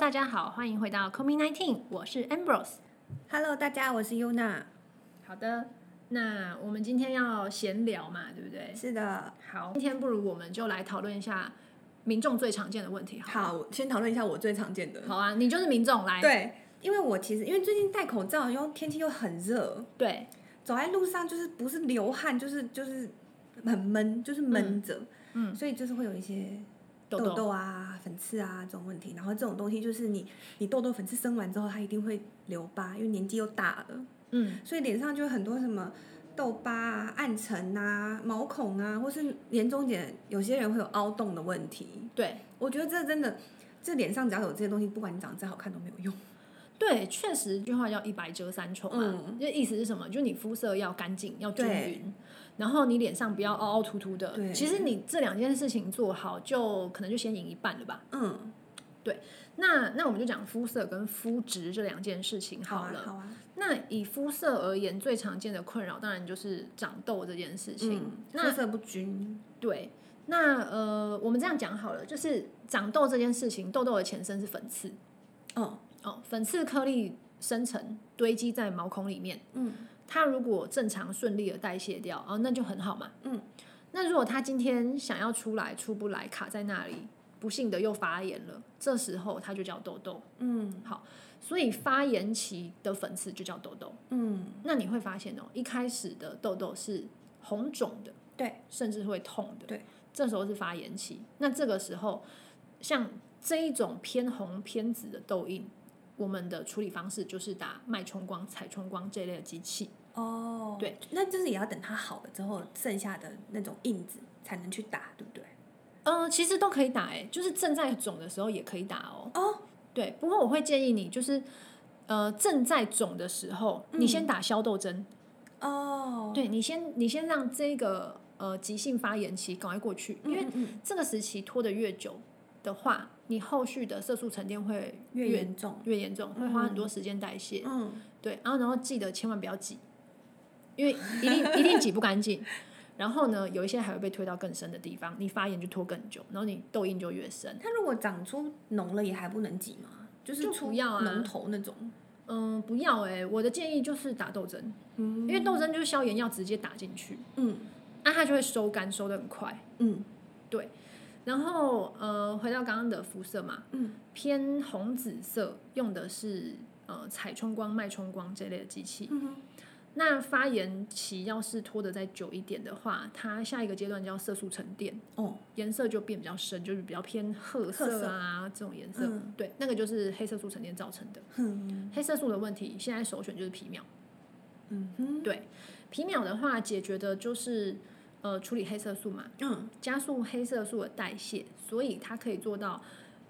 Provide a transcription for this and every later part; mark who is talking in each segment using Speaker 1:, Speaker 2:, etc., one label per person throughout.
Speaker 1: 大家好，欢迎回到 c o m i Nineteen，我是 Ambrose。
Speaker 2: Hello，大家，我是 Yuna。
Speaker 1: 好的，那我们今天要闲聊嘛，对不对？
Speaker 2: 是的，
Speaker 1: 好，今天不如我们就来讨论一下民众最常见的问题好。
Speaker 2: 好，我先讨论一下我最常见的。
Speaker 1: 好啊，你就是民众来。
Speaker 2: 对，因为我其实因为最近戴口罩，然后天气又很热，
Speaker 1: 对
Speaker 2: 走在路上就是不是流汗，就是就是很闷，就是闷着，
Speaker 1: 嗯，
Speaker 2: 所以就是会有一些
Speaker 1: 痘
Speaker 2: 痘
Speaker 1: 痘，
Speaker 2: 痘啊、粉刺啊这种问题。然后这种东西就是你你痘痘、粉刺生完之后，它一定会留疤，因为年纪又大了，
Speaker 1: 嗯，
Speaker 2: 所以脸上就有很多什么。痘疤啊、暗沉啊、毛孔啊，或是年终点，有些人会有凹洞的问题。
Speaker 1: 对
Speaker 2: 我觉得这真的，这脸上只要有这些东西，不管你长得再好看都没有用。
Speaker 1: 对，确实，这句话叫一白遮三丑嘛，就意思是什么？就你肤色要干净，要均
Speaker 2: 对
Speaker 1: 匀。然后你脸上不要凹凹凸凸的，
Speaker 2: 对
Speaker 1: 其实你这两件事情做好，就可能就先赢一半了吧。
Speaker 2: 嗯，
Speaker 1: 那那我们就讲肤色跟肤质这两件事情好
Speaker 2: 啊
Speaker 1: 了。
Speaker 2: 好啊。
Speaker 1: 那以肤色而言，最常见的困扰当然就是长痘这件事情。
Speaker 2: 嗯，肤
Speaker 1: 那
Speaker 2: 色不均，
Speaker 1: 对，那呃，我们这样讲好了，就是长痘这件事情，痘痘的前身是粉刺
Speaker 2: 哦，
Speaker 1: 哦，粉刺颗粒生成堆积在毛孔里面，
Speaker 2: 嗯，
Speaker 1: 它如果正常顺利的代谢掉，哦，那就很好嘛，
Speaker 2: 嗯。
Speaker 1: 那如果它今天想要出来出不来，卡在那里，不幸的又发炎了，这时候它就叫痘痘。
Speaker 2: 嗯
Speaker 1: 所以发炎期的粉刺就叫痘痘。
Speaker 2: 嗯，
Speaker 1: 那你会发现哦，一开始的痘痘是红肿的，
Speaker 2: 对，
Speaker 1: 甚至会痛的，
Speaker 2: 对，
Speaker 1: 这时候是发炎期。那这个时候，像这一种偏红偏紫的痘印，我们的处理方式就是打脉冲光、彩冲光这类的机器。
Speaker 2: 哦，
Speaker 1: 对，
Speaker 2: 那就是也要等它好了之后，剩下的那种印子才能去打，对不对？
Speaker 1: 嗯，其实都可以打、欸，就是正在肿的时候也可以打哦。
Speaker 2: 哦，
Speaker 1: 对，不过我会建议你就是。呃，正在肿的时候，你先打消痘针，
Speaker 2: 嗯哦，
Speaker 1: 对你先你先让这个呃急性发炎期赶快过去，
Speaker 2: 嗯，
Speaker 1: 因为
Speaker 2: 嗯嗯
Speaker 1: 这个时期拖得越久的话，你后续的色素沉淀会
Speaker 2: 越
Speaker 1: 越
Speaker 2: 严重，
Speaker 1: 越严重，会花很多时间代谢。
Speaker 2: 嗯，
Speaker 1: 对，然后然后记得千万不要挤，因为一定一定挤不干净。然后呢，有一些还会被推到更深的地方，你发炎就拖更久，然后你痘印就越深。
Speaker 2: 它如果长出脓了，也还不能挤吗？就是
Speaker 1: 就
Speaker 2: 出
Speaker 1: 不要啊
Speaker 2: 脓头那种，
Speaker 1: 嗯，不要哎、我的建议就是打痘针，
Speaker 2: 嗯
Speaker 1: 因为痘针就是消炎药直接打进去，
Speaker 2: 嗯
Speaker 1: 那、它就会收干，收的很快。
Speaker 2: 嗯
Speaker 1: 然后呃，回到刚刚的肤色嘛，
Speaker 2: 嗯，
Speaker 1: 偏红紫色用的是呃彩冲光、脉冲光这类的机器。
Speaker 2: 嗯哼，
Speaker 1: 那发炎期要是拖得再久一点的话，它下一个阶段叫色素沉淀，
Speaker 2: 哦，
Speaker 1: 颜色就变比较深，就是比较偏褐色啊这种颜色。
Speaker 2: 嗯
Speaker 1: 对，那个就是黑色素沉淀造成的。
Speaker 2: 哼，
Speaker 1: 黑色素的问题，现在首选就是皮秒。
Speaker 2: 嗯哼，
Speaker 1: 对皮秒的话，解决的就是呃处理黑色素嘛，
Speaker 2: 嗯
Speaker 1: 加速黑色素的代谢，所以它可以做到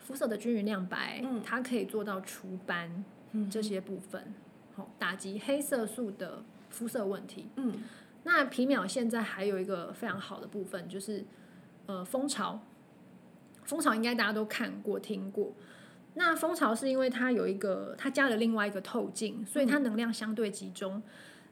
Speaker 1: 肤色的均匀亮白，
Speaker 2: 嗯
Speaker 1: 它可以做到除斑
Speaker 2: 嗯
Speaker 1: 这些部分，好、打击黑色素的肤色问题。
Speaker 2: 嗯，
Speaker 1: 那皮秒现在还有一个非常好的部分，就是呃蜂巢，蜂巢应该大家都看过听过。那蜂巢是因为它有一个，它加了另外一个透镜，所以
Speaker 2: 嗯
Speaker 1: 它能量相对集中。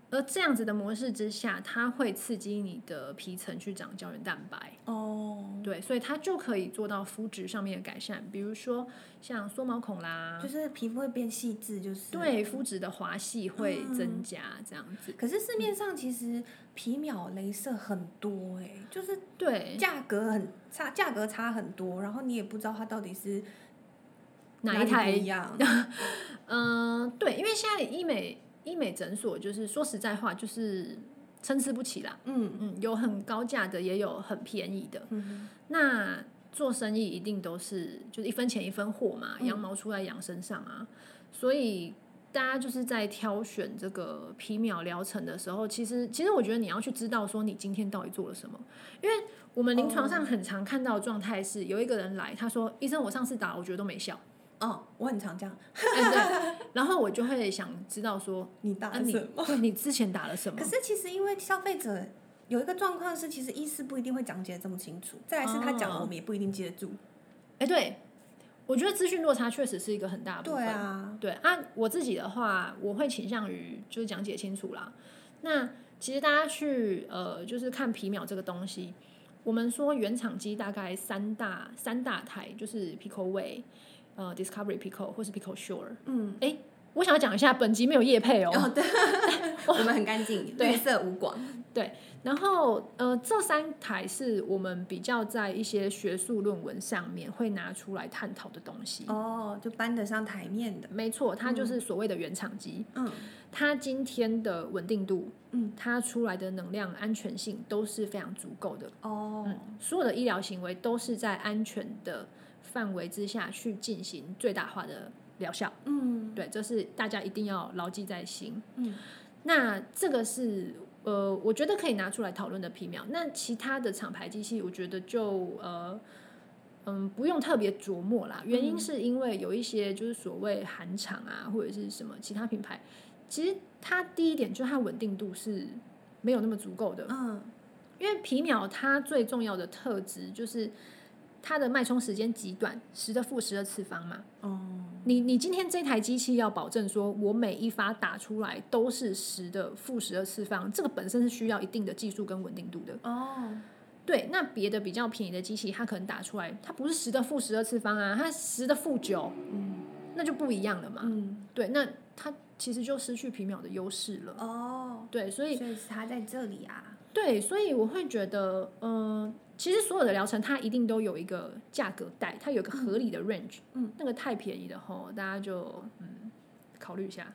Speaker 1: 而这样子的模式之下，它会刺激你的皮层去长胶原蛋白。
Speaker 2: 哦，
Speaker 1: 对，所以它就可以做到肤质上面的改善，比如说像缩毛孔啦，
Speaker 2: 就是皮肤会变细致，就是。
Speaker 1: 对肤质的滑细会增加这样子。
Speaker 2: 可是市面上其实皮秒镭射很多哎、就是
Speaker 1: 对，
Speaker 2: 价格很差，价格差很多，然后你也不知道它到底是
Speaker 1: 哪一
Speaker 2: 里不一
Speaker 1: 台？
Speaker 2: 样。
Speaker 1: 嗯、对，因为现在医美医美诊所就是说实在话，就是参差不齐啦。
Speaker 2: 嗯
Speaker 1: 嗯，有很高价的，也有很便宜的。
Speaker 2: 嗯
Speaker 1: 那做生意一定都是就是一分钱一分货嘛，
Speaker 2: 嗯
Speaker 1: 羊毛出在羊身上啊，所以。大家就是在挑选这个皮秒疗程的时候，其实其实我觉得你要去知道说你今天到底做了什么，因为我们临
Speaker 2: 哦
Speaker 1: 床上很常看到的状态是，有一个人来，他说：“医生，我上次打了我觉得都没效。
Speaker 2: 哦，我很常这样，
Speaker 1: 哎对，然后我就会想知道说，
Speaker 2: 你打
Speaker 1: 啊
Speaker 2: 了
Speaker 1: 你
Speaker 2: 什么？
Speaker 1: 对你之前打了什么
Speaker 2: 可？是其实因为消费者有一个状况是，其实医师不一定会讲解得这么清楚，再来是他讲
Speaker 1: 哦
Speaker 2: 了我们也不一定记得住。
Speaker 1: 哎，对，我觉得资讯落差确实是一个很大的部分。
Speaker 2: 对啊，
Speaker 1: 对啊，我自己的话，我会倾向于就是讲解清楚啦。那其实大家去呃，就是看皮秒这个东西，我们说原厂机大概三大三大台，就是 Pico Way、呃 Discovery Pico 或是 Pico Sure。
Speaker 2: 嗯，
Speaker 1: 我想要讲一下，本集没有叶配哦。
Speaker 2: 哦，对，我们很干净，
Speaker 1: 对
Speaker 2: 绿色无广。
Speaker 1: 然后呃，这三台是我们比较在一些学术论文上面会拿出来探讨的东西。
Speaker 2: 哦，就搬得上台面的。
Speaker 1: 没错，它就是所谓的原厂机。
Speaker 2: 嗯
Speaker 1: 它今天的稳定度，
Speaker 2: 嗯，
Speaker 1: 它出来的能量安全性都是非常足够的。嗯
Speaker 2: 哦，
Speaker 1: 所有的医疗行为都是在安全的范围之下去进行最大化的疗效。
Speaker 2: 嗯
Speaker 1: 对，这是大家一定要牢记在心。
Speaker 2: 嗯，
Speaker 1: 那这个是呃，我觉得可以拿出来讨论的皮秒。那其他的厂牌机器，我觉得就呃。嗯，不用特别琢磨啦。原
Speaker 2: 嗯
Speaker 1: 因是因为有一些就是所谓韩厂啊，或者是什么其他品牌，其实它第一点就是它稳定度是没有那么足够的。
Speaker 2: 嗯
Speaker 1: 因为皮秒它最重要的特质就是它的脉冲时间极短，十的负十二次方嘛。
Speaker 2: 哦，
Speaker 1: 你你今天这台机器要保证说我每一发打出来都是十的负十二次方，这个本身是需要一定的技术跟稳定度的。
Speaker 2: 哦，
Speaker 1: 对，那别的比较便宜的机器，它可能打出来它不是十的负十二次方啊，它十的负九，
Speaker 2: 嗯
Speaker 1: 那就不一样了嘛。
Speaker 2: 嗯，
Speaker 1: 对，那它其实就失去皮秒的优势了。
Speaker 2: 哦，
Speaker 1: 对，所以
Speaker 2: 所以是他在这里啊。
Speaker 1: 对，所以我会觉得，嗯、其实所有的疗程它一定都有一个价格带，它有一个合理的 range。
Speaker 2: 嗯，
Speaker 1: 那个太便宜的吼，大家就嗯考虑一下。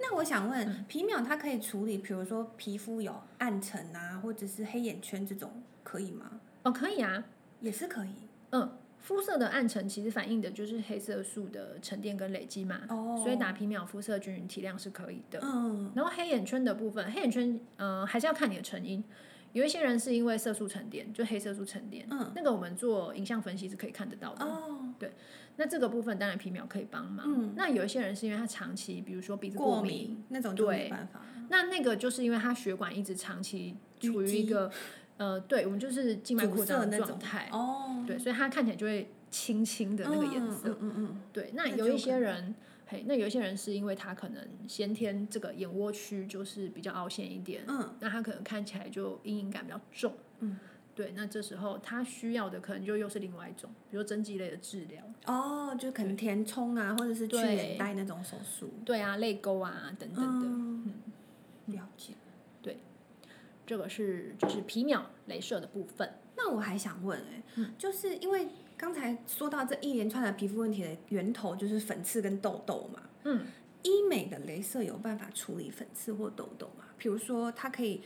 Speaker 2: 那我想
Speaker 1: 嗯
Speaker 2: 问，皮秒它可以处理，比如说皮肤有暗沉啊，或者是黑眼圈这种，可以吗？
Speaker 1: 哦，可以啊，
Speaker 2: 也是可以。
Speaker 1: 嗯，肤色的暗沉其实反映的就是黑色素的沉淀跟累积嘛，
Speaker 2: 哦，
Speaker 1: 嗯所以打皮秒肤色均匀提亮是可以的。
Speaker 2: 嗯
Speaker 1: 然后黑眼圈的部分，黑眼圈嗯、呃还是要看你的成因。有一些人是因为色素沉淀，就黑色素沉淀，
Speaker 2: 嗯
Speaker 1: 那个我们做影像分析是可以看得到的。
Speaker 2: 哦
Speaker 1: 那这个部分当然皮秒可以帮忙。
Speaker 2: 嗯
Speaker 1: 那有一些人是因为他长期，比如说鼻子
Speaker 2: 过
Speaker 1: 敏，
Speaker 2: 敏那种就
Speaker 1: 对
Speaker 2: 没办法。
Speaker 1: 那那个就是因为他血管一直长期处于
Speaker 2: 淤积
Speaker 1: 一个呃，对我们就是静脉
Speaker 2: 阻
Speaker 1: 扩张
Speaker 2: 塞
Speaker 1: 的
Speaker 2: 那
Speaker 1: 状
Speaker 2: 种
Speaker 1: 态，
Speaker 2: 哦，
Speaker 1: 对，所以他看起来就会青青的那个颜色。
Speaker 2: 嗯嗯嗯
Speaker 1: 对，那
Speaker 2: 那
Speaker 1: 有
Speaker 2: 就
Speaker 1: 一
Speaker 2: 可
Speaker 1: 些人。嘿，那有一些人是因为他可能先天这个眼窝区就是比较凹陷一点，
Speaker 2: 嗯，
Speaker 1: 那他可能看起来就阴影感比较重，
Speaker 2: 嗯，
Speaker 1: 对，那这时候他需要的可能就又是另外一种，比如说针剂类的治疗，
Speaker 2: 哦，就可能填充啊，或者是去
Speaker 1: 对
Speaker 2: 眼袋那种手术，
Speaker 1: 对啊，泪沟啊等等的，
Speaker 2: 嗯，了解。
Speaker 1: 这个是就是皮秒镭射的部分。
Speaker 2: 那我还想问、哎、
Speaker 1: 嗯
Speaker 2: 就是因为刚才说到这一连串的皮肤问题的源头就是粉刺跟痘痘嘛，
Speaker 1: 嗯，
Speaker 2: 医美的镭射有办法处理粉刺或痘痘吗？比如说，它可以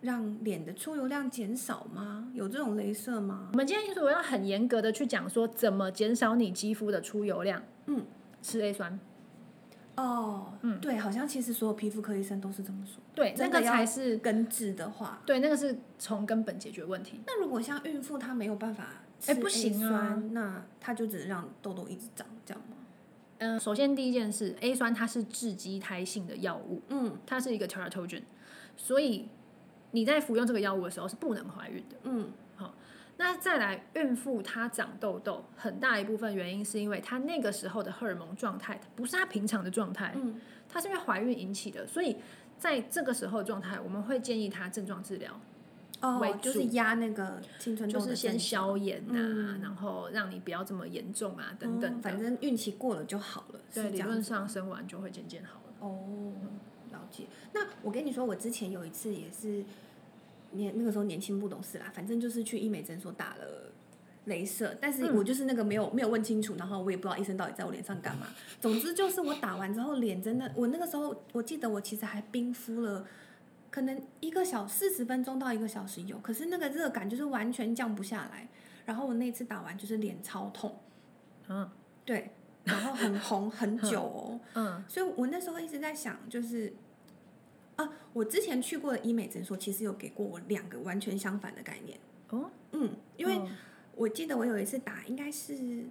Speaker 2: 让脸的出油量减少吗？有这种镭射吗？
Speaker 1: 我们今天如果要很严格的去讲说怎么减少你肌肤的出油量，
Speaker 2: 嗯，
Speaker 1: 吃 A 酸，
Speaker 2: 哦，
Speaker 1: 嗯
Speaker 2: 对，好像其实所有皮肤科医生都是这么说。
Speaker 1: 对，那
Speaker 2: 真的
Speaker 1: 个
Speaker 2: 要
Speaker 1: 才是
Speaker 2: 根治的话，
Speaker 1: 对，那个是从根本解决问题。
Speaker 2: 那如果像孕妇她没有办法吃
Speaker 1: 哎不行啊
Speaker 2: A 酸，那她就只能让痘痘一直长，这样吗？
Speaker 1: 嗯，首先第一件事，A 酸它是致畸胎性的药物，
Speaker 2: 嗯
Speaker 1: 它是一个 teratogen，所以你在服用这个药物的时候是不能怀孕的。
Speaker 2: 嗯
Speaker 1: 那再来，孕妇她长痘痘，很大一部分原因是因为她那个时候的荷尔蒙状态不是她平常的状态，
Speaker 2: 嗯
Speaker 1: 它是因为怀孕引起的，所以在这个时候的状态，我们会建议她症状治疗，为
Speaker 2: 哦，就是
Speaker 1: 主
Speaker 2: 压那个青春
Speaker 1: 就
Speaker 2: 痘的
Speaker 1: 是先
Speaker 2: 增长
Speaker 1: 消炎呐、
Speaker 2: 嗯
Speaker 1: 然后让你不要这么严重啊，
Speaker 2: 哦
Speaker 1: 等等的。
Speaker 2: 反正孕期过了就好了，
Speaker 1: 对，
Speaker 2: 是这
Speaker 1: 理
Speaker 2: 样
Speaker 1: 论
Speaker 2: 子吗
Speaker 1: 上生完就会渐渐好了。
Speaker 2: 哦，了解。那我跟你说，我之前有一次也是年那个时候年轻不懂事啦，反正就是去医美诊所打了。镭射，但是
Speaker 1: 嗯
Speaker 2: 我就是那个没有没有问清楚，然后我也不知道医生到底在我脸上干嘛。总之就是我打完之后脸真的，我那个时候我记得我其实还冰敷了，可能一个小四十分钟到一个小时有，可是那个热感就是完全降不下来。然后我那次打完就是脸超痛，
Speaker 1: 嗯
Speaker 2: 对，然后很红很久哦，
Speaker 1: 嗯
Speaker 2: 所以我那时候一直在想，就是啊，我之前去过的医美诊所其实有给过我两个完全相反的概念。
Speaker 1: 哦，
Speaker 2: 嗯，因为
Speaker 1: 哦
Speaker 2: 我记得我有一次打应该是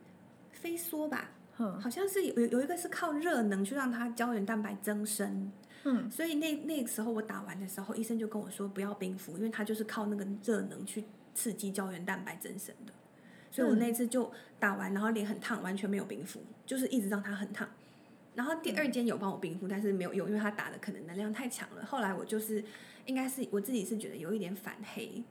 Speaker 2: 飞梭吧，
Speaker 1: 嗯
Speaker 2: 好像是有有一个是靠热能去让它胶原蛋白增生，
Speaker 1: 嗯
Speaker 2: 所以那那时候我打完的时候，医生就跟我说不要冰敷，因为它就是靠那个热能去刺激胶原蛋白增生的。所以我
Speaker 1: 嗯
Speaker 2: 那次就打完，然后脸很烫，完全没有冰敷，就是一直让它很烫。然后第
Speaker 1: 嗯
Speaker 2: 二间有帮我冰敷，但是没有用，因为它打的可能能量太强了。后来我就是应该是我自己是觉得有一点反黑，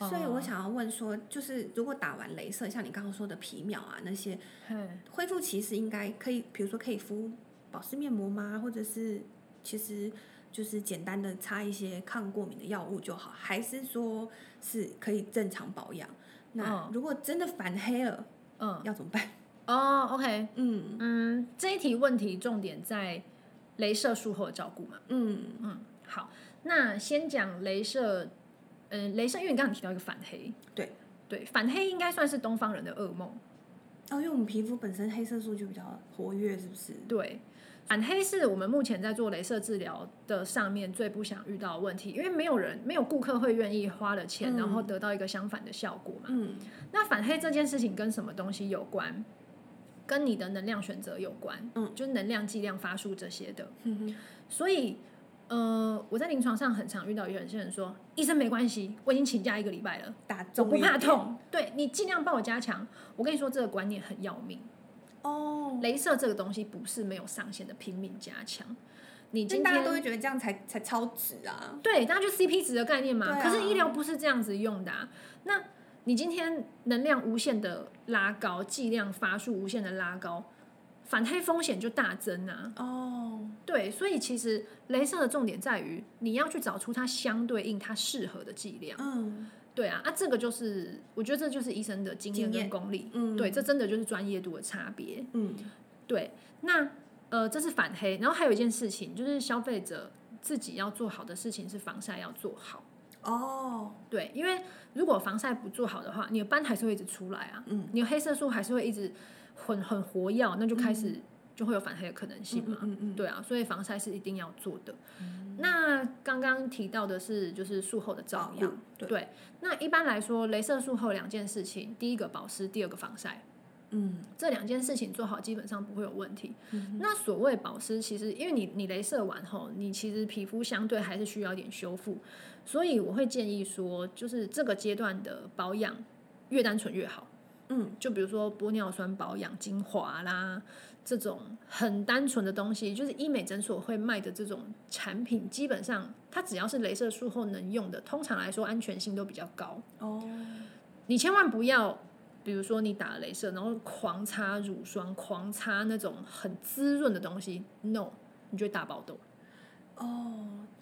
Speaker 2: 所以
Speaker 1: 哦
Speaker 2: 我想要问说，就是如果打完镭射，像你刚刚说的皮秒啊那些，
Speaker 1: 哦嘿
Speaker 2: 恢复其实应该可以，比如说可以敷保湿面膜吗？或者是其实就是简单的擦一些抗过敏的药物就好，还是说是可以正常保养？那如果真的反黑了，
Speaker 1: 嗯，
Speaker 2: 要怎么办？
Speaker 1: 哦，OK，
Speaker 2: 嗯
Speaker 1: 嗯，这一题问题重点在镭射术后的照顾嘛。
Speaker 2: 嗯
Speaker 1: 嗯，好，那先讲镭射，嗯、镭射，因为你刚刚提到一个反黑，
Speaker 2: 对
Speaker 1: 对，反黑应该算是东方人的噩梦，
Speaker 2: 哦，因为我们皮肤本身黑色素就比较活跃，是不是？
Speaker 1: 对。反黑是我们目前在做镭射治疗的上面最不想遇到的问题，因为没有人、没有顾客会愿意花了钱，
Speaker 2: 嗯
Speaker 1: 然后得到一个相反的效果嘛。
Speaker 2: 嗯
Speaker 1: 那反黑这件事情跟什么东西有关？跟你的能量选择有关，
Speaker 2: 嗯，
Speaker 1: 就是能量、剂量、发数这些的。
Speaker 2: 哼哼
Speaker 1: 所以，呃，我在临床上很常遇到有些人说，医生没关系，我已经请假一个礼拜了，
Speaker 2: 打
Speaker 1: 我
Speaker 2: 中
Speaker 1: 不
Speaker 2: 一
Speaker 1: 怕
Speaker 2: 点
Speaker 1: 痛，对你尽量帮我加强。我跟你说，这个观念很要命。
Speaker 2: 哦。
Speaker 1: 镭射这个东西不是没有上限的，拼命加强。你
Speaker 2: 但
Speaker 1: 今
Speaker 2: 大家都
Speaker 1: 天
Speaker 2: 会觉得这样才才超值啊。
Speaker 1: 对，大家就 CP 值的概念嘛。
Speaker 2: 对啊
Speaker 1: 可是医疗不是这样子用的、啊。那你今天能量无限的拉高，剂量发数无限的拉高，反黑风险就大增啊。
Speaker 2: 哦，
Speaker 1: 对，所以其实镭射的重点在于你要去找出它相对应它适合的剂量。
Speaker 2: 嗯
Speaker 1: 对啊，啊，这个就是我觉得这就是医生的经验
Speaker 2: 经验
Speaker 1: 跟功力。
Speaker 2: 嗯，
Speaker 1: 对，这真的就是专业度的差别。
Speaker 2: 嗯
Speaker 1: 对，那呃，这是反黑，然后还有一件事情就是消费者自己要做好的事情是防晒要做好。
Speaker 2: 哦，
Speaker 1: 对，因为如果防晒不做好的话，你的斑还是会一直出来啊，
Speaker 2: 嗯
Speaker 1: 你的黑色素还是会一直很很活跃，那就开始就会有反黑的可能性嘛。
Speaker 2: 嗯嗯，
Speaker 1: 对啊，所以防晒是一定要做的。那刚刚提到的是就是术后的照
Speaker 2: 保
Speaker 1: 顾
Speaker 2: 养，对
Speaker 1: 对。那一般来说，镭射术后两件事情，第一个保湿，第二个防晒，
Speaker 2: 嗯
Speaker 1: 这两件事情做好基本上不会有问题。
Speaker 2: 嗯
Speaker 1: 那所谓保湿，其实因为你你镭射完后，你其实皮肤相对还是需要一点修复，所以我会建议说，就是这个阶段的保养越单纯越好。
Speaker 2: 嗯
Speaker 1: 就比如说玻尿酸保养精华啦，这种很单纯的东西，就是医美诊所会卖的这种产品，基本上它只要是镭射术后能用的，通常来说安全性都比较高。
Speaker 2: 哦，
Speaker 1: 你千万不要，比如说你打了镭射，然后狂擦乳霜，狂擦那种很滋润的东西，no，你就会大爆痘。
Speaker 2: 哦，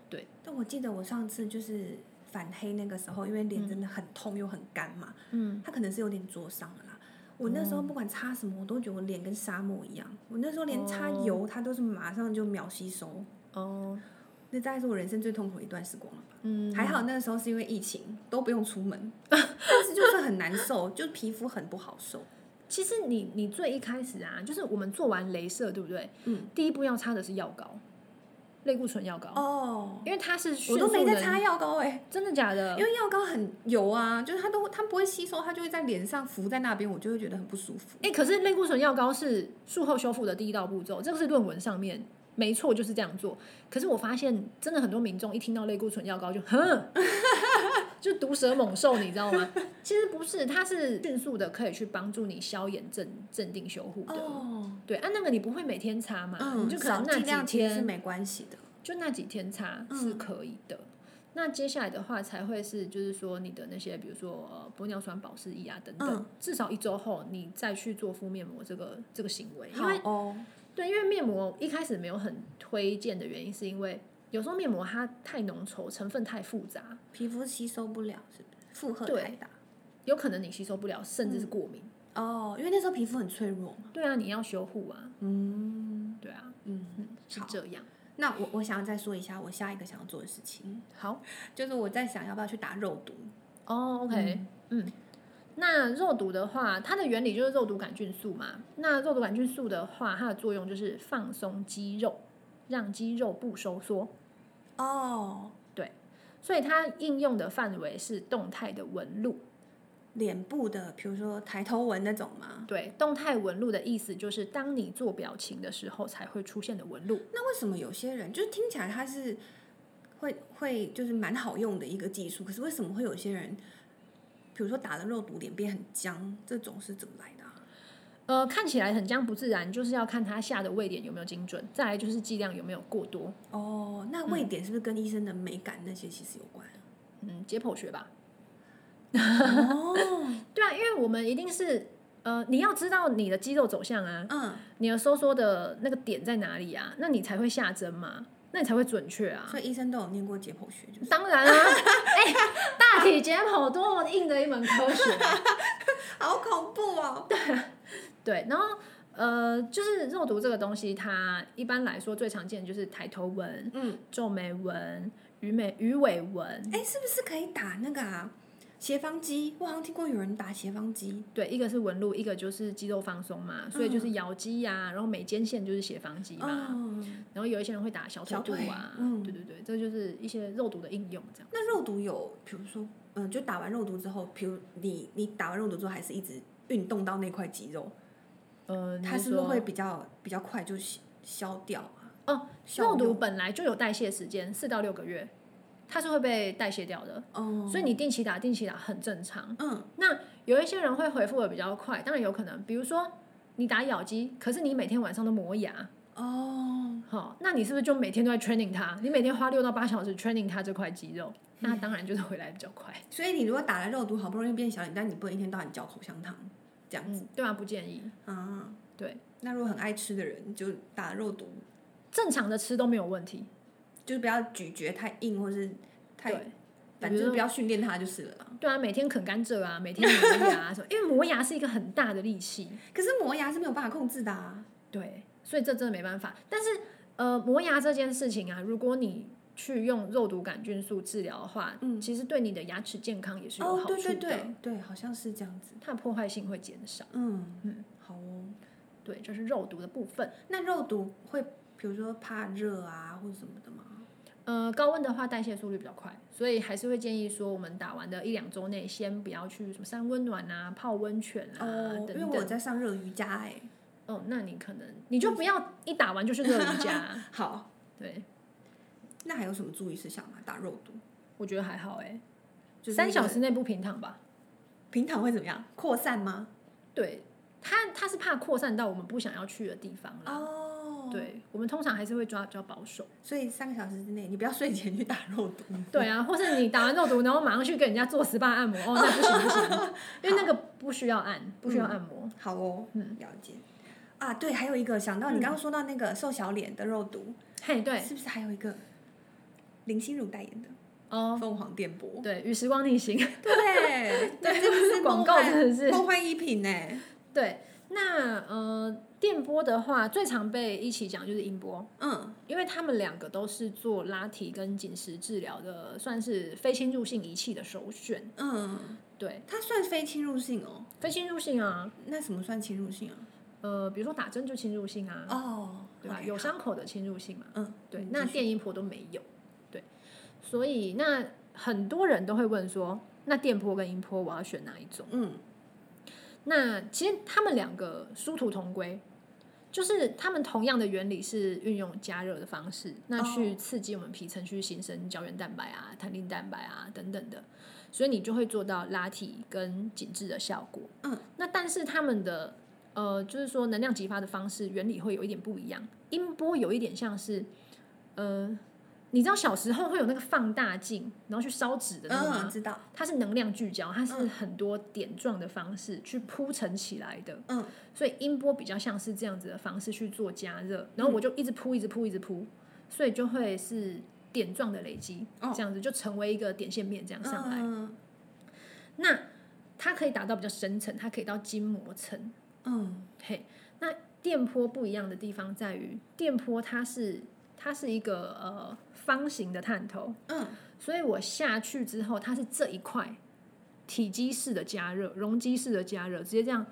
Speaker 1: 对。
Speaker 2: 但我记得我上次就是反黑那个时候，因为脸真的很痛又很干嘛，
Speaker 1: 嗯，哦
Speaker 2: 它可能是有点灼伤了啦。我那时候不管擦什么，我都觉得我脸跟沙漠一样。我那时候连擦
Speaker 1: 哦
Speaker 2: 油，它都是马上就秒吸收。
Speaker 1: 哦，
Speaker 2: 那大概是我人生最痛苦的一段时光了吧。
Speaker 1: 嗯，
Speaker 2: 还好那个时候是因为疫情，都不用出 门，但是就是很难受，就是皮肤很不好受。
Speaker 1: 其实你你最一开始啊，就是我们做完镭射，对不对？
Speaker 2: 嗯，
Speaker 1: 第一步要擦的是药膏，类固醇药膏，
Speaker 2: 哦，
Speaker 1: 因为它是
Speaker 2: 我
Speaker 1: 迅
Speaker 2: 都
Speaker 1: 速
Speaker 2: 没在
Speaker 1: 能，
Speaker 2: 擦药膏哎、
Speaker 1: 真的假的？
Speaker 2: 因为药膏很油啊，就是它都它不会吸收，它就会在脸上浮在那边，我就会觉得很不舒服。
Speaker 1: 哎、可是类固醇药膏是术后修复的第一道步骤，这个是论文上面没错就是这样做。可是我发现，真的很多民众一听到类固醇药膏就哼， 就毒蛇猛兽，你知道吗？其实不是，它是迅速的可以去帮助你消炎、镇镇定、修护的。
Speaker 2: 哦，
Speaker 1: 对啊，那个你不会每天擦嘛？
Speaker 2: 嗯，
Speaker 1: 你就可能
Speaker 2: 少
Speaker 1: 那
Speaker 2: 剂量
Speaker 1: 几
Speaker 2: 其实是
Speaker 1: 天，
Speaker 2: 没关系的。
Speaker 1: 就那几天擦
Speaker 2: 嗯
Speaker 1: 是可以的。那接下来的话才会是，就是说你的那些，比如说呃玻尿酸保湿液啊等等，
Speaker 2: 嗯
Speaker 1: 至少一周后你再去做敷面膜这个这个行为，因
Speaker 2: 好
Speaker 1: 为
Speaker 2: 哦，
Speaker 1: 对，因为面膜一开始没有很推荐的原因，是因为有时候面膜它太浓稠，成分太复杂，
Speaker 2: 皮肤吸收不了，是不是负荷
Speaker 1: 对
Speaker 2: 太大？
Speaker 1: 有可能你吸收不了，甚
Speaker 2: 嗯
Speaker 1: 至是过敏。
Speaker 2: 哦，因为那时候皮肤很脆弱嘛。
Speaker 1: 对啊，你要修护啊，
Speaker 2: 嗯
Speaker 1: 对啊，
Speaker 2: 嗯，
Speaker 1: 嗯，是
Speaker 2: 好
Speaker 1: 这样。
Speaker 2: 那我我想要再说一下我下一个想要做的事情，
Speaker 1: 好，
Speaker 2: 就是我在想要不要去打肉毒。
Speaker 1: 哦，OK，嗯。那肉毒的话，它的原理就是肉毒杆菌素嘛。那肉毒杆菌素的话，它的作用就是放松肌肉，让肌肉不收缩，
Speaker 2: 哦，
Speaker 1: 所以它应用的范围是动态的纹路。
Speaker 2: 脸部的，比如说抬头纹那种吗？
Speaker 1: 对，动态纹路的意思就是当你做表情的时候才会出现的纹路。
Speaker 2: 那为什么有些人就是听起来它是会会就是蛮好用的一个技术，可是为什么会有些人，比如说打了肉毒脸变很僵，这种是怎么来的、啊？
Speaker 1: 呃，看起来很僵不自然，就是要看它下的位点有没有精准，再来就是剂量有没有过多。
Speaker 2: 嗯哦，那位点是不是跟医生的美感那些其实有关？
Speaker 1: 嗯，解剖学吧，
Speaker 2: 哦，
Speaker 1: 对啊，因为我们一定是呃，你要知道你的肌肉走向啊，
Speaker 2: 嗯，
Speaker 1: 你的收缩的那个点在哪里啊，那你才会下针嘛，那你才会准确啊。
Speaker 2: 所以医生都有念过解剖学，就是
Speaker 1: 当然啊，哎、大体解剖多么硬的一门科学啊、
Speaker 2: 好恐怖哦。
Speaker 1: 对，然后呃，就是肉毒这个东西，它一般来说最常见的就是抬头纹、
Speaker 2: 嗯，
Speaker 1: 皱眉纹、鱼眉鱼尾纹。
Speaker 2: 哎，是不是可以打那个啊斜方肌？我好像听过有人打斜方肌。
Speaker 1: 对，一个是纹路，一个就是肌肉放松嘛，所以就是咬肌呀、然后眉间线就是斜方肌嘛，
Speaker 2: 嗯，
Speaker 1: 然后有一些人会打小腿
Speaker 2: 小
Speaker 1: 肚
Speaker 2: 腿
Speaker 1: 啊，
Speaker 2: 嗯
Speaker 1: 对对对，这就是一些肉毒的应用这样。
Speaker 2: 那肉毒有，比如说，嗯，就打完肉毒之后，比如你你打完肉毒之后，还是一直运动到那块肌肉，
Speaker 1: 呃，你
Speaker 2: 它是不是
Speaker 1: 说
Speaker 2: 会比较比较快就消消掉啊？
Speaker 1: 哦，
Speaker 2: 消
Speaker 1: 肉毒
Speaker 2: 用，
Speaker 1: 本来就有代谢时间，四到六个月，它是会被代谢掉的，
Speaker 2: 哦，
Speaker 1: 所以你定期打定期打很正常。
Speaker 2: 嗯，
Speaker 1: 那有一些人会回复的比较快，当然有可能，比如说你打咬肌，可是你每天晚上都磨牙，
Speaker 2: 哦，
Speaker 1: 好、那你是不是就每天都在 training 它？你每天花六到八小时 training 它这块肌肉，那当然就是回来比较快。
Speaker 2: 所以你如果打了肉毒，好不容易变小脸，但你不能一天到晚嚼口香糖这样子
Speaker 1: 嗯， 对啊，不建议。
Speaker 2: 啊。
Speaker 1: 对，
Speaker 2: 那如果很爱吃的人，就打肉毒，
Speaker 1: 正常的吃都没有问题。
Speaker 2: 就是不要咀嚼太硬，或是太
Speaker 1: 对，
Speaker 2: 反
Speaker 1: 比如
Speaker 2: 正就是
Speaker 1: 说
Speaker 2: 不要训练它就是了啦。
Speaker 1: 对啊，每天啃甘蔗啊，每天磨牙啊什么，因为磨牙是一个很大的力气。
Speaker 2: 可是磨牙是没有办法控制的啊。
Speaker 1: 对，所以这真的没办法。但是呃，磨牙这件事情啊，如果你去用肉毒杆菌素治疗的话，
Speaker 2: 嗯
Speaker 1: 其实对你的牙齿健康也是有
Speaker 2: 哦
Speaker 1: 好，处的。
Speaker 2: 对对对对，好像是这样子。
Speaker 1: 它的破坏性会减少。
Speaker 2: 嗯
Speaker 1: 嗯
Speaker 2: 嗯，好哦。
Speaker 1: 对，这是肉毒的部分。
Speaker 2: 那肉毒会，比如说怕热啊或者什么的吗？
Speaker 1: 呃，高温的话代谢速率比较快，所以还是会建议说，我们打完的一两周内，先不要去什么三温暖啊、泡温泉啊、
Speaker 2: 哦，因为
Speaker 1: 等
Speaker 2: 我
Speaker 1: 等。
Speaker 2: 在上热瑜伽哎、
Speaker 1: 哦，那你可能你就不要一打完就去热瑜伽 啊、
Speaker 2: 好，
Speaker 1: 对，
Speaker 2: 那还有什么注意事项吗？打肉毒，
Speaker 1: 我觉得还好哎、
Speaker 2: 就是
Speaker 1: 三
Speaker 2: 那
Speaker 1: 小
Speaker 2: 个
Speaker 1: 时内不平躺吧。
Speaker 2: 平躺会怎么样？扩散吗？
Speaker 1: 对，它它是怕扩散到我们不想要去的地方啦。
Speaker 2: 哦，，
Speaker 1: 对，我们通常还是会抓比较保守。
Speaker 2: 所以三个小时之内，你不要睡前去打肉毒。
Speaker 1: 对啊，或是你打完肉毒，然后马上去跟人家做 SPA 按摩，哦，那不行不行，因为那个不需要按，不需要按摩。
Speaker 2: 好哦，
Speaker 1: 嗯
Speaker 2: 了解。啊，对，还有一个想到你刚刚说到那个瘦小脸的肉毒，
Speaker 1: 嘿，对，
Speaker 2: 是不是还有一个林心如代言的
Speaker 1: 哦，
Speaker 2: 凤凰电波？
Speaker 1: 对，与时光逆行。
Speaker 2: 对，对，这个是
Speaker 1: 广
Speaker 2: 梦
Speaker 1: 告
Speaker 2: 幻
Speaker 1: 真的是
Speaker 2: 梦幻一品欸呢。
Speaker 1: 对，那呃，电波的话，最常被一起讲就是音波。
Speaker 2: 嗯，
Speaker 1: 因为他们两个都是做拉提跟紧实治疗的，算是非侵入性仪器的首选。
Speaker 2: 嗯，
Speaker 1: 对，
Speaker 2: 它算非侵入性哦。
Speaker 1: 非侵入性啊，
Speaker 2: 那什么算侵入性啊？
Speaker 1: 呃，比如说打针就侵入性啊，
Speaker 2: 哦，
Speaker 1: 对吧？
Speaker 2: OK，
Speaker 1: 有伤口的侵入性嘛，
Speaker 2: 嗯，
Speaker 1: 对，
Speaker 2: 嗯
Speaker 1: 那
Speaker 2: 继续
Speaker 1: 电音波都没有，对，所以那很多人都会问说，那电波跟音波我要选哪一种？
Speaker 2: 嗯
Speaker 1: 那其实他们两个殊途同归，就是他们同样的原理是运用加热的方式，那
Speaker 2: 哦
Speaker 1: 去刺激我们皮层去形成胶原蛋白啊、弹力蛋白啊等等的，所以你就会做到拉提跟紧致的效果。
Speaker 2: 嗯，
Speaker 1: 那但是他们的呃，就是说能量激发的方式原理会有一点不一样，音波有一点像是呃。你知道小时候会有那个放大镜，然后去烧纸的那个吗？
Speaker 2: 嗯，知道，
Speaker 1: 它是能量聚焦，它是
Speaker 2: 嗯
Speaker 1: 很多点状的方式去铺陈起来的，
Speaker 2: 嗯
Speaker 1: 所以音波比较像是这样子的方式去做加热，然后我就一直铺，一直铺，一直铺，所以就会是点状的累积，
Speaker 2: 哦
Speaker 1: 这样子就成为一个点线面这样上来。
Speaker 2: 嗯
Speaker 1: 那它可以达到比较深层，它可以到筋膜层。
Speaker 2: 嗯
Speaker 1: 嘿，那电波不一样的地方在于，电波它是它是一个呃方形的探头，
Speaker 2: 嗯
Speaker 1: 所以我下去之后，它是这一块体积式的加热、容积式的加热，直接这样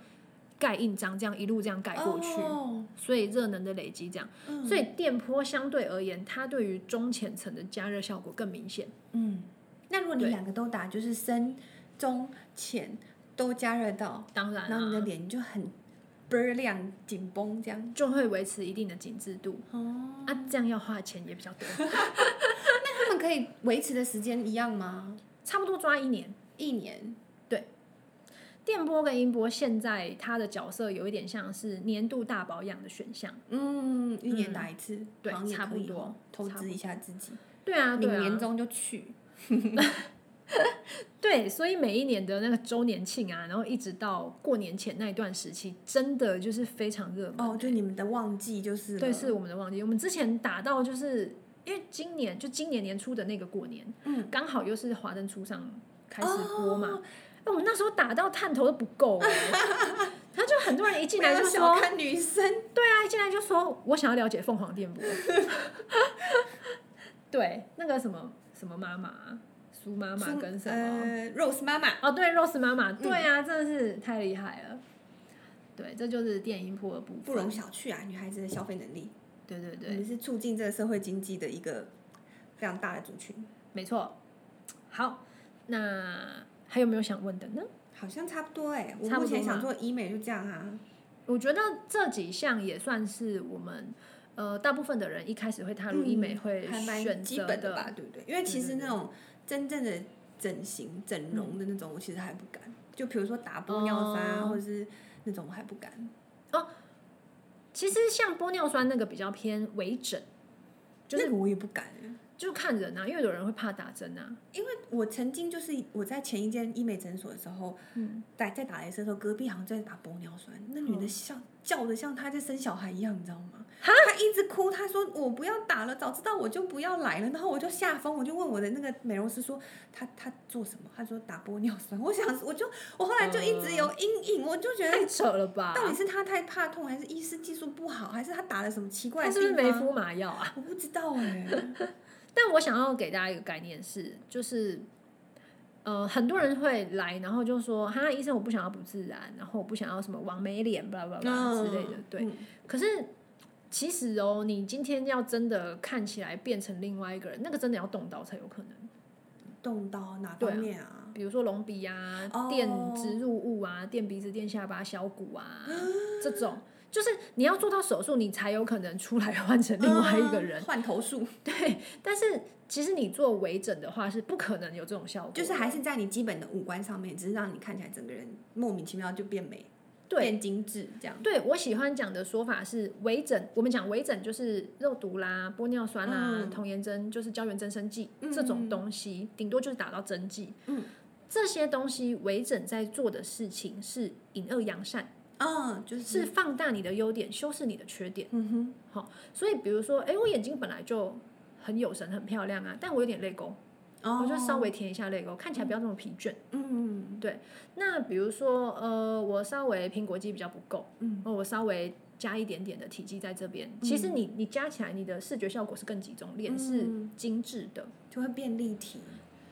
Speaker 1: 盖印章，这样一路这样盖过去，
Speaker 2: 哦
Speaker 1: 所以热能的累积这样。
Speaker 2: 嗯
Speaker 1: 所以电波相对而言，它对于中浅层的加热效果更明显。
Speaker 2: 嗯，那如果你
Speaker 1: 对
Speaker 2: 两个都打，就是深、中、浅都加热到，
Speaker 1: 当然、
Speaker 2: 然后你的
Speaker 1: 啊，
Speaker 2: 脸就很倍儿亮、紧绷这样。
Speaker 1: 就会维持一定的紧致度。
Speaker 2: 哦，
Speaker 1: 啊，这样要花的钱也比较多，
Speaker 2: 他们可以维持的时间一样吗？
Speaker 1: 差不多抓一年。
Speaker 2: 一年？
Speaker 1: 电波跟音波现在它的角色有一点像是年度大保养的选项。
Speaker 2: 嗯，一年打一次，
Speaker 1: 对
Speaker 2: 好像也
Speaker 1: 差不
Speaker 2: 可以
Speaker 1: 多
Speaker 2: 哦投
Speaker 1: 差不啊
Speaker 2: 资一下自己，
Speaker 1: 对啊，对
Speaker 2: 领
Speaker 1: 啊，
Speaker 2: 年终就去。
Speaker 1: 对，所以每一年的那个周年庆啊，然后一直到过年前那一段时期，真的就是非常热门。
Speaker 2: 哦，就你们的旺季就是了
Speaker 1: 对，是我们的旺季。我们之前打到就是因为今年就今年年初的那个过年，
Speaker 2: 嗯，哦
Speaker 1: 刚好又是华灯初上开始播嘛。哎，我们那时候打到探头都不够、 欸，然后就很多人一进来
Speaker 2: 不
Speaker 1: 就
Speaker 2: 要
Speaker 1: 说
Speaker 2: 小看女生，
Speaker 1: 对啊，一进来就说我想要了解凤凰电波。 对，那个什么什么妈妈啊，苏妈妈跟什么？
Speaker 2: 呃，Rose 妈妈，
Speaker 1: 哦，对，Rose 妈妈，对啊，
Speaker 2: 嗯
Speaker 1: 真的是太厉害了。对，这就是电音波的部分。
Speaker 2: 不容小觑啊，女孩子的消费能力，
Speaker 1: 对对嗯对
Speaker 2: 我，们是促进这个社会经济的一个非常大的族群，
Speaker 1: 没错。好，那还有没有想问的呢？
Speaker 2: 好像差不多哎、我
Speaker 1: 差不
Speaker 2: 目
Speaker 1: 多
Speaker 2: 前想
Speaker 1: 嘛
Speaker 2: 做医美就这样啊，
Speaker 1: 我觉得这几项也算是我们呃大部分的人一开始会踏入医美
Speaker 2: 嗯
Speaker 1: 会
Speaker 2: 还蛮
Speaker 1: 选
Speaker 2: 基
Speaker 1: 择
Speaker 2: 本的吧，对不对？因为其实那种真正的整形、整容的那种，我其实还不敢。就比如说打玻尿酸啊，
Speaker 1: 嗯哦
Speaker 2: 或者是那种，我还不敢。
Speaker 1: 其实像玻尿酸那个比较偏微整，就
Speaker 2: 那
Speaker 1: 是
Speaker 2: 个我也不敢欸。
Speaker 1: 就看人啊，因为有人会怕打针 啊。
Speaker 2: 因为我曾经就是我在前一间医美诊所的时候，
Speaker 1: 嗯，哦
Speaker 2: 在在打雷射的时候，隔壁好像在打玻尿酸，那女的像、叫的像她在生小孩一样，你知道吗？她一直哭，她说我不要打了，早知道我就不要来了。然后我就吓疯，我就问我的那个美容师说，她她做什么？她说打玻尿酸。 我想，我就我后来就一直有阴影，我就觉得
Speaker 1: 哦太扯了吧？
Speaker 2: 到底是她太怕痛，还是医师技术不好，还是她打了什么奇怪
Speaker 1: 他是
Speaker 2: 的
Speaker 1: 不是
Speaker 2: 地
Speaker 1: 没
Speaker 2: 方？
Speaker 1: 敷麻药啊？
Speaker 2: 我不知道哎、
Speaker 1: 但我想要给大家一个概念是，就是呃，很多人会来，然后就说：“哈，医生，我不想要不自然，然后我不想要什么王美脸，巴拉巴拉之类的。”对，
Speaker 2: 嗯
Speaker 1: 可是其实哦，你今天要真的看起来变成另外一个人，那个真的要动刀才有可能。
Speaker 2: 嗯动到哪
Speaker 1: 对啊
Speaker 2: 方面啊？
Speaker 1: 比如说隆鼻啊、
Speaker 2: 哦
Speaker 1: 垫植入物啊、垫鼻子、垫下巴、小骨啊， 这种就是你要做到手术，你才有可能出来换成另外一个人。
Speaker 2: 嗯换头术，
Speaker 1: 对，但是其实你做微整的话是不可能有这种效果的，
Speaker 2: 就是还是在你基本的五官上面，只是让你看起来整个人莫名其妙就变美、
Speaker 1: 对。
Speaker 2: 变精致这样。
Speaker 1: 对我喜欢讲的说法是微整，我们讲微整就是肉毒啦、玻尿酸啦、
Speaker 2: 嗯
Speaker 1: 童颜针，就是胶原增生剂、
Speaker 2: 嗯
Speaker 1: 这种东西，顶多就是打到针剂。
Speaker 2: 嗯，
Speaker 1: 这些东西微整在做的事情是引恶扬善，，
Speaker 2: 嗯，就是
Speaker 1: 放大你的优点，修饰你的缺点。
Speaker 2: 嗯哼，
Speaker 1: 所以比如说，哎，我眼睛本来就很有神、很漂亮啊，但我有点泪沟，
Speaker 2: 哦
Speaker 1: 我就稍微填一下泪沟，看起来不要这么疲倦。
Speaker 2: 嗯
Speaker 1: 那比如说，呃，我稍微苹果肌比较不够，
Speaker 2: 嗯，
Speaker 1: 哦，我稍微加一点点的体积在这边，其实你你加起来，你的视觉效果是更集中，脸是
Speaker 2: 嗯
Speaker 1: 精致的，
Speaker 2: 就会变立体，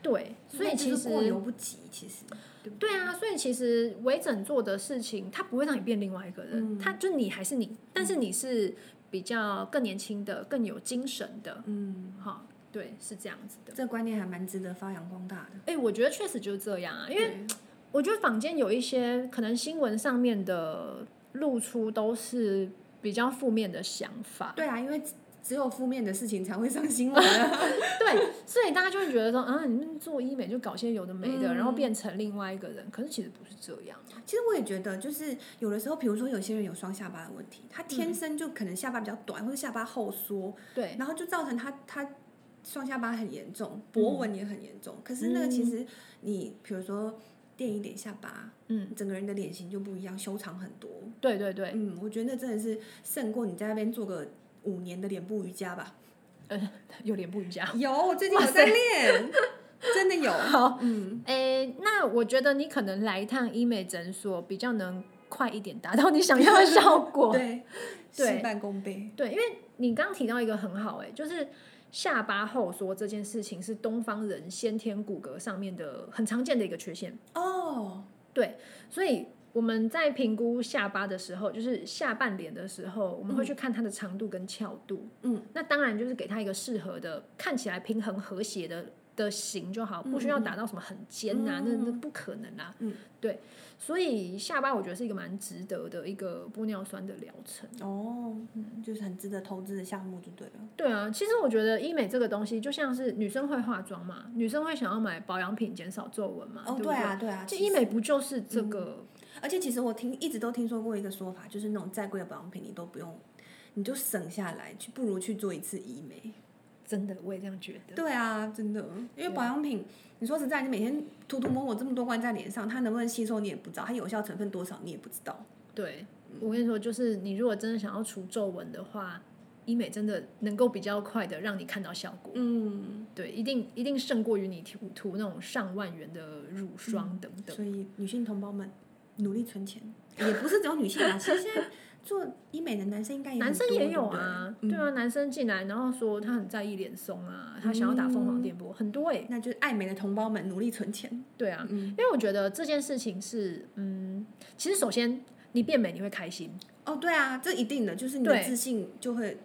Speaker 1: 对，所以
Speaker 2: 但就
Speaker 1: 其
Speaker 2: 是
Speaker 1: 实
Speaker 2: 过犹不及，其实对不对？
Speaker 1: 对啊，所以其实微整做的事情，它不会让你变另外一个人，
Speaker 2: 嗯
Speaker 1: 它就你还是你，但是你是比较更年轻的、更有精神的，
Speaker 2: 嗯，
Speaker 1: 哈，对，是这样子的。
Speaker 2: 这个观念还蛮值得发扬光大的，
Speaker 1: 哎、我觉得确实就是这样啊，因为
Speaker 2: 为
Speaker 1: 我觉得坊间有一些可能新闻上面的露出都是比较负面的想法，
Speaker 2: 对啊，因为只只有负面的事情才会上新闻啊，
Speaker 1: 对，所以大家就会觉得说啊，你们做医美就搞些有的没的，
Speaker 2: 嗯
Speaker 1: 然后变成另外一个人，可是其实不是这样啊。
Speaker 2: 其实我也觉得，就是有的时候，比如说有些人有双下巴的问题，他天
Speaker 1: 嗯
Speaker 2: 生就可能下巴比较短，或者下巴后缩，
Speaker 1: 对，
Speaker 2: 然后就造成他他双下巴很严重，博纹也很严重。可是那个
Speaker 1: 嗯
Speaker 2: 其实你比如说垫一点下巴，
Speaker 1: 嗯，
Speaker 2: 整个人的脸型就不一样，修长很多。
Speaker 1: 对对对，
Speaker 2: 嗯，我觉得那真的是胜过你在那边做个五年的脸部瑜伽吧。
Speaker 1: 呃 有脸不瑜伽。
Speaker 2: 有，我最近
Speaker 1: 哇
Speaker 2: 有在练，真 的有。
Speaker 1: 好，
Speaker 2: 嗯，
Speaker 1: 诶、那我觉得你可能来一趟医美诊所比较能快一点达到你想 要的效果。
Speaker 2: 对，
Speaker 1: 对
Speaker 2: 事半功倍。
Speaker 1: 对，因为你刚刚提到一个很好、欸，就是下巴后缩这件事情是东方人先天骨骼上面的很常见的一个缺陷，
Speaker 2: 哦，
Speaker 1: 所以我们在评估下巴的时候，就是下半脸的时候，我们会去看它的长度跟翘度，
Speaker 2: 嗯，
Speaker 1: 那当然就是给它一个适合的、看起来平衡和谐的。的型就好，不需要打到什么很尖啊，
Speaker 2: 嗯
Speaker 1: 那那不可能啦、
Speaker 2: 嗯
Speaker 1: 对，所以下巴我觉得是一个蛮值得的一个玻尿酸的疗程。
Speaker 2: 哦，就是很值得投资的项目就对了。
Speaker 1: 对啊，其实我觉得医美这个东西就像是女生会化妆嘛，女生会想要买保养品减少皱纹嘛，
Speaker 2: 哦，
Speaker 1: 对不
Speaker 2: 对啊，对啊，
Speaker 1: 这
Speaker 2: 其
Speaker 1: 医
Speaker 2: 实
Speaker 1: 美不就是这个？
Speaker 2: 而且其实我听一直都听说过一个说法，就是那种再贵的保养品你都不用，你就省下来，去不如去做一次医美。
Speaker 1: 真的，我也这样觉得。
Speaker 2: 对啊，真的，因为保养品，你说实在，你每天涂涂抹抹这么多罐在脸上，它能不能吸收你也不知道，它有效成分多少你也不知道。
Speaker 1: 对，我跟你说，就是你如果真的想要除皱纹的话，医美真的能够比较快的让你看到效果。
Speaker 2: 嗯，
Speaker 1: 对，一定一定胜过于你涂涂那种上万元的乳霜等等。
Speaker 2: 所以女性同胞们努力存 钱，也不是只有女性啊，其实现在做医美的男生应该也很
Speaker 1: 男生
Speaker 2: 多
Speaker 1: 也有啊，
Speaker 2: 对不对嗯
Speaker 1: 对啊，男生进来然后说他很在意脸松啊，他想要打凤凰电波，很多哎、
Speaker 2: 嗯那就是爱美的同胞们努力存钱。
Speaker 1: 对啊，
Speaker 2: 嗯，
Speaker 1: 因为我觉得这件事情是，嗯，其实首先你变美你会开心，
Speaker 2: 哦，对啊，这一定的，就是你的
Speaker 1: 对
Speaker 2: 自信就会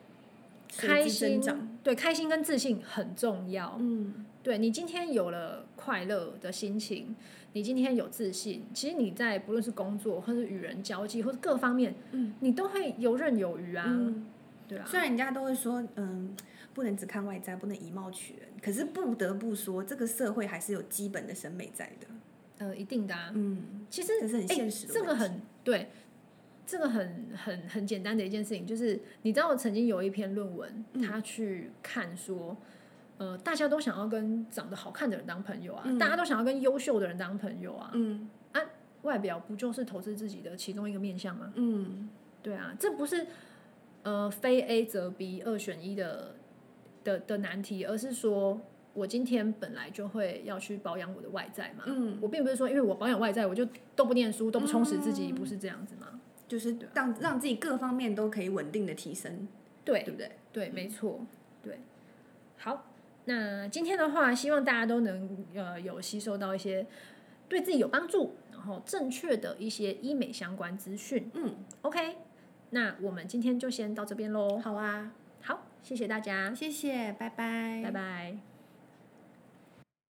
Speaker 2: 随
Speaker 1: 开
Speaker 2: 之增
Speaker 1: 心
Speaker 2: 长。，
Speaker 1: 对，开心跟自信很重要。
Speaker 2: 嗯，
Speaker 1: 对你今天有了快乐的心情，你今天有自信，其实你在不论是工作，或是与人交际，或是各方面，
Speaker 2: 嗯，
Speaker 1: 你都会游刃有余啊，
Speaker 2: 嗯
Speaker 1: 对啊，
Speaker 2: 虽然人家都会说，嗯，不能只看外在，不能以貌取人，可是不得不说，这个社会还是有基本的审美在的。
Speaker 1: 呃，一定的啊。
Speaker 2: 嗯，
Speaker 1: 其实
Speaker 2: 这是很
Speaker 1: 哎
Speaker 2: 现实的
Speaker 1: 这个
Speaker 2: 问题
Speaker 1: 很对，这个很很很简单的一件事情，就是你知道我曾经有一篇论文，
Speaker 2: 嗯
Speaker 1: 他去看说，呃，大家都想要跟长得好看的人当朋友啊，
Speaker 2: 嗯
Speaker 1: 大家都想要跟优秀的人当朋友啊，
Speaker 2: 嗯
Speaker 1: 外表不就是投资自己的其中一个面向吗？
Speaker 2: 嗯，
Speaker 1: 对啊，这不是呃非 A 则 B 二选一的的的难题，而是说我今天本来就会要去保养我的外在嘛，
Speaker 2: 嗯，
Speaker 1: 我并不是说，因为我保养外在，我就都不念书，都不充实自己，
Speaker 2: 嗯
Speaker 1: 不是这样子吗？
Speaker 2: 就是
Speaker 1: 啊
Speaker 2: 让让自己各方面都可以稳定的提升，
Speaker 1: 对
Speaker 2: 对不嗯对？
Speaker 1: 对，没错，对。好，那今天的话，希望大家都能呃有吸收到一些对自己有帮助，然后正确的一些医美相关资讯。
Speaker 2: 嗯，
Speaker 1: OK，那我们今天就先到这边喽。
Speaker 2: 好啊，
Speaker 1: 好，谢谢大家，
Speaker 2: 谢谢，拜拜，
Speaker 1: 拜拜。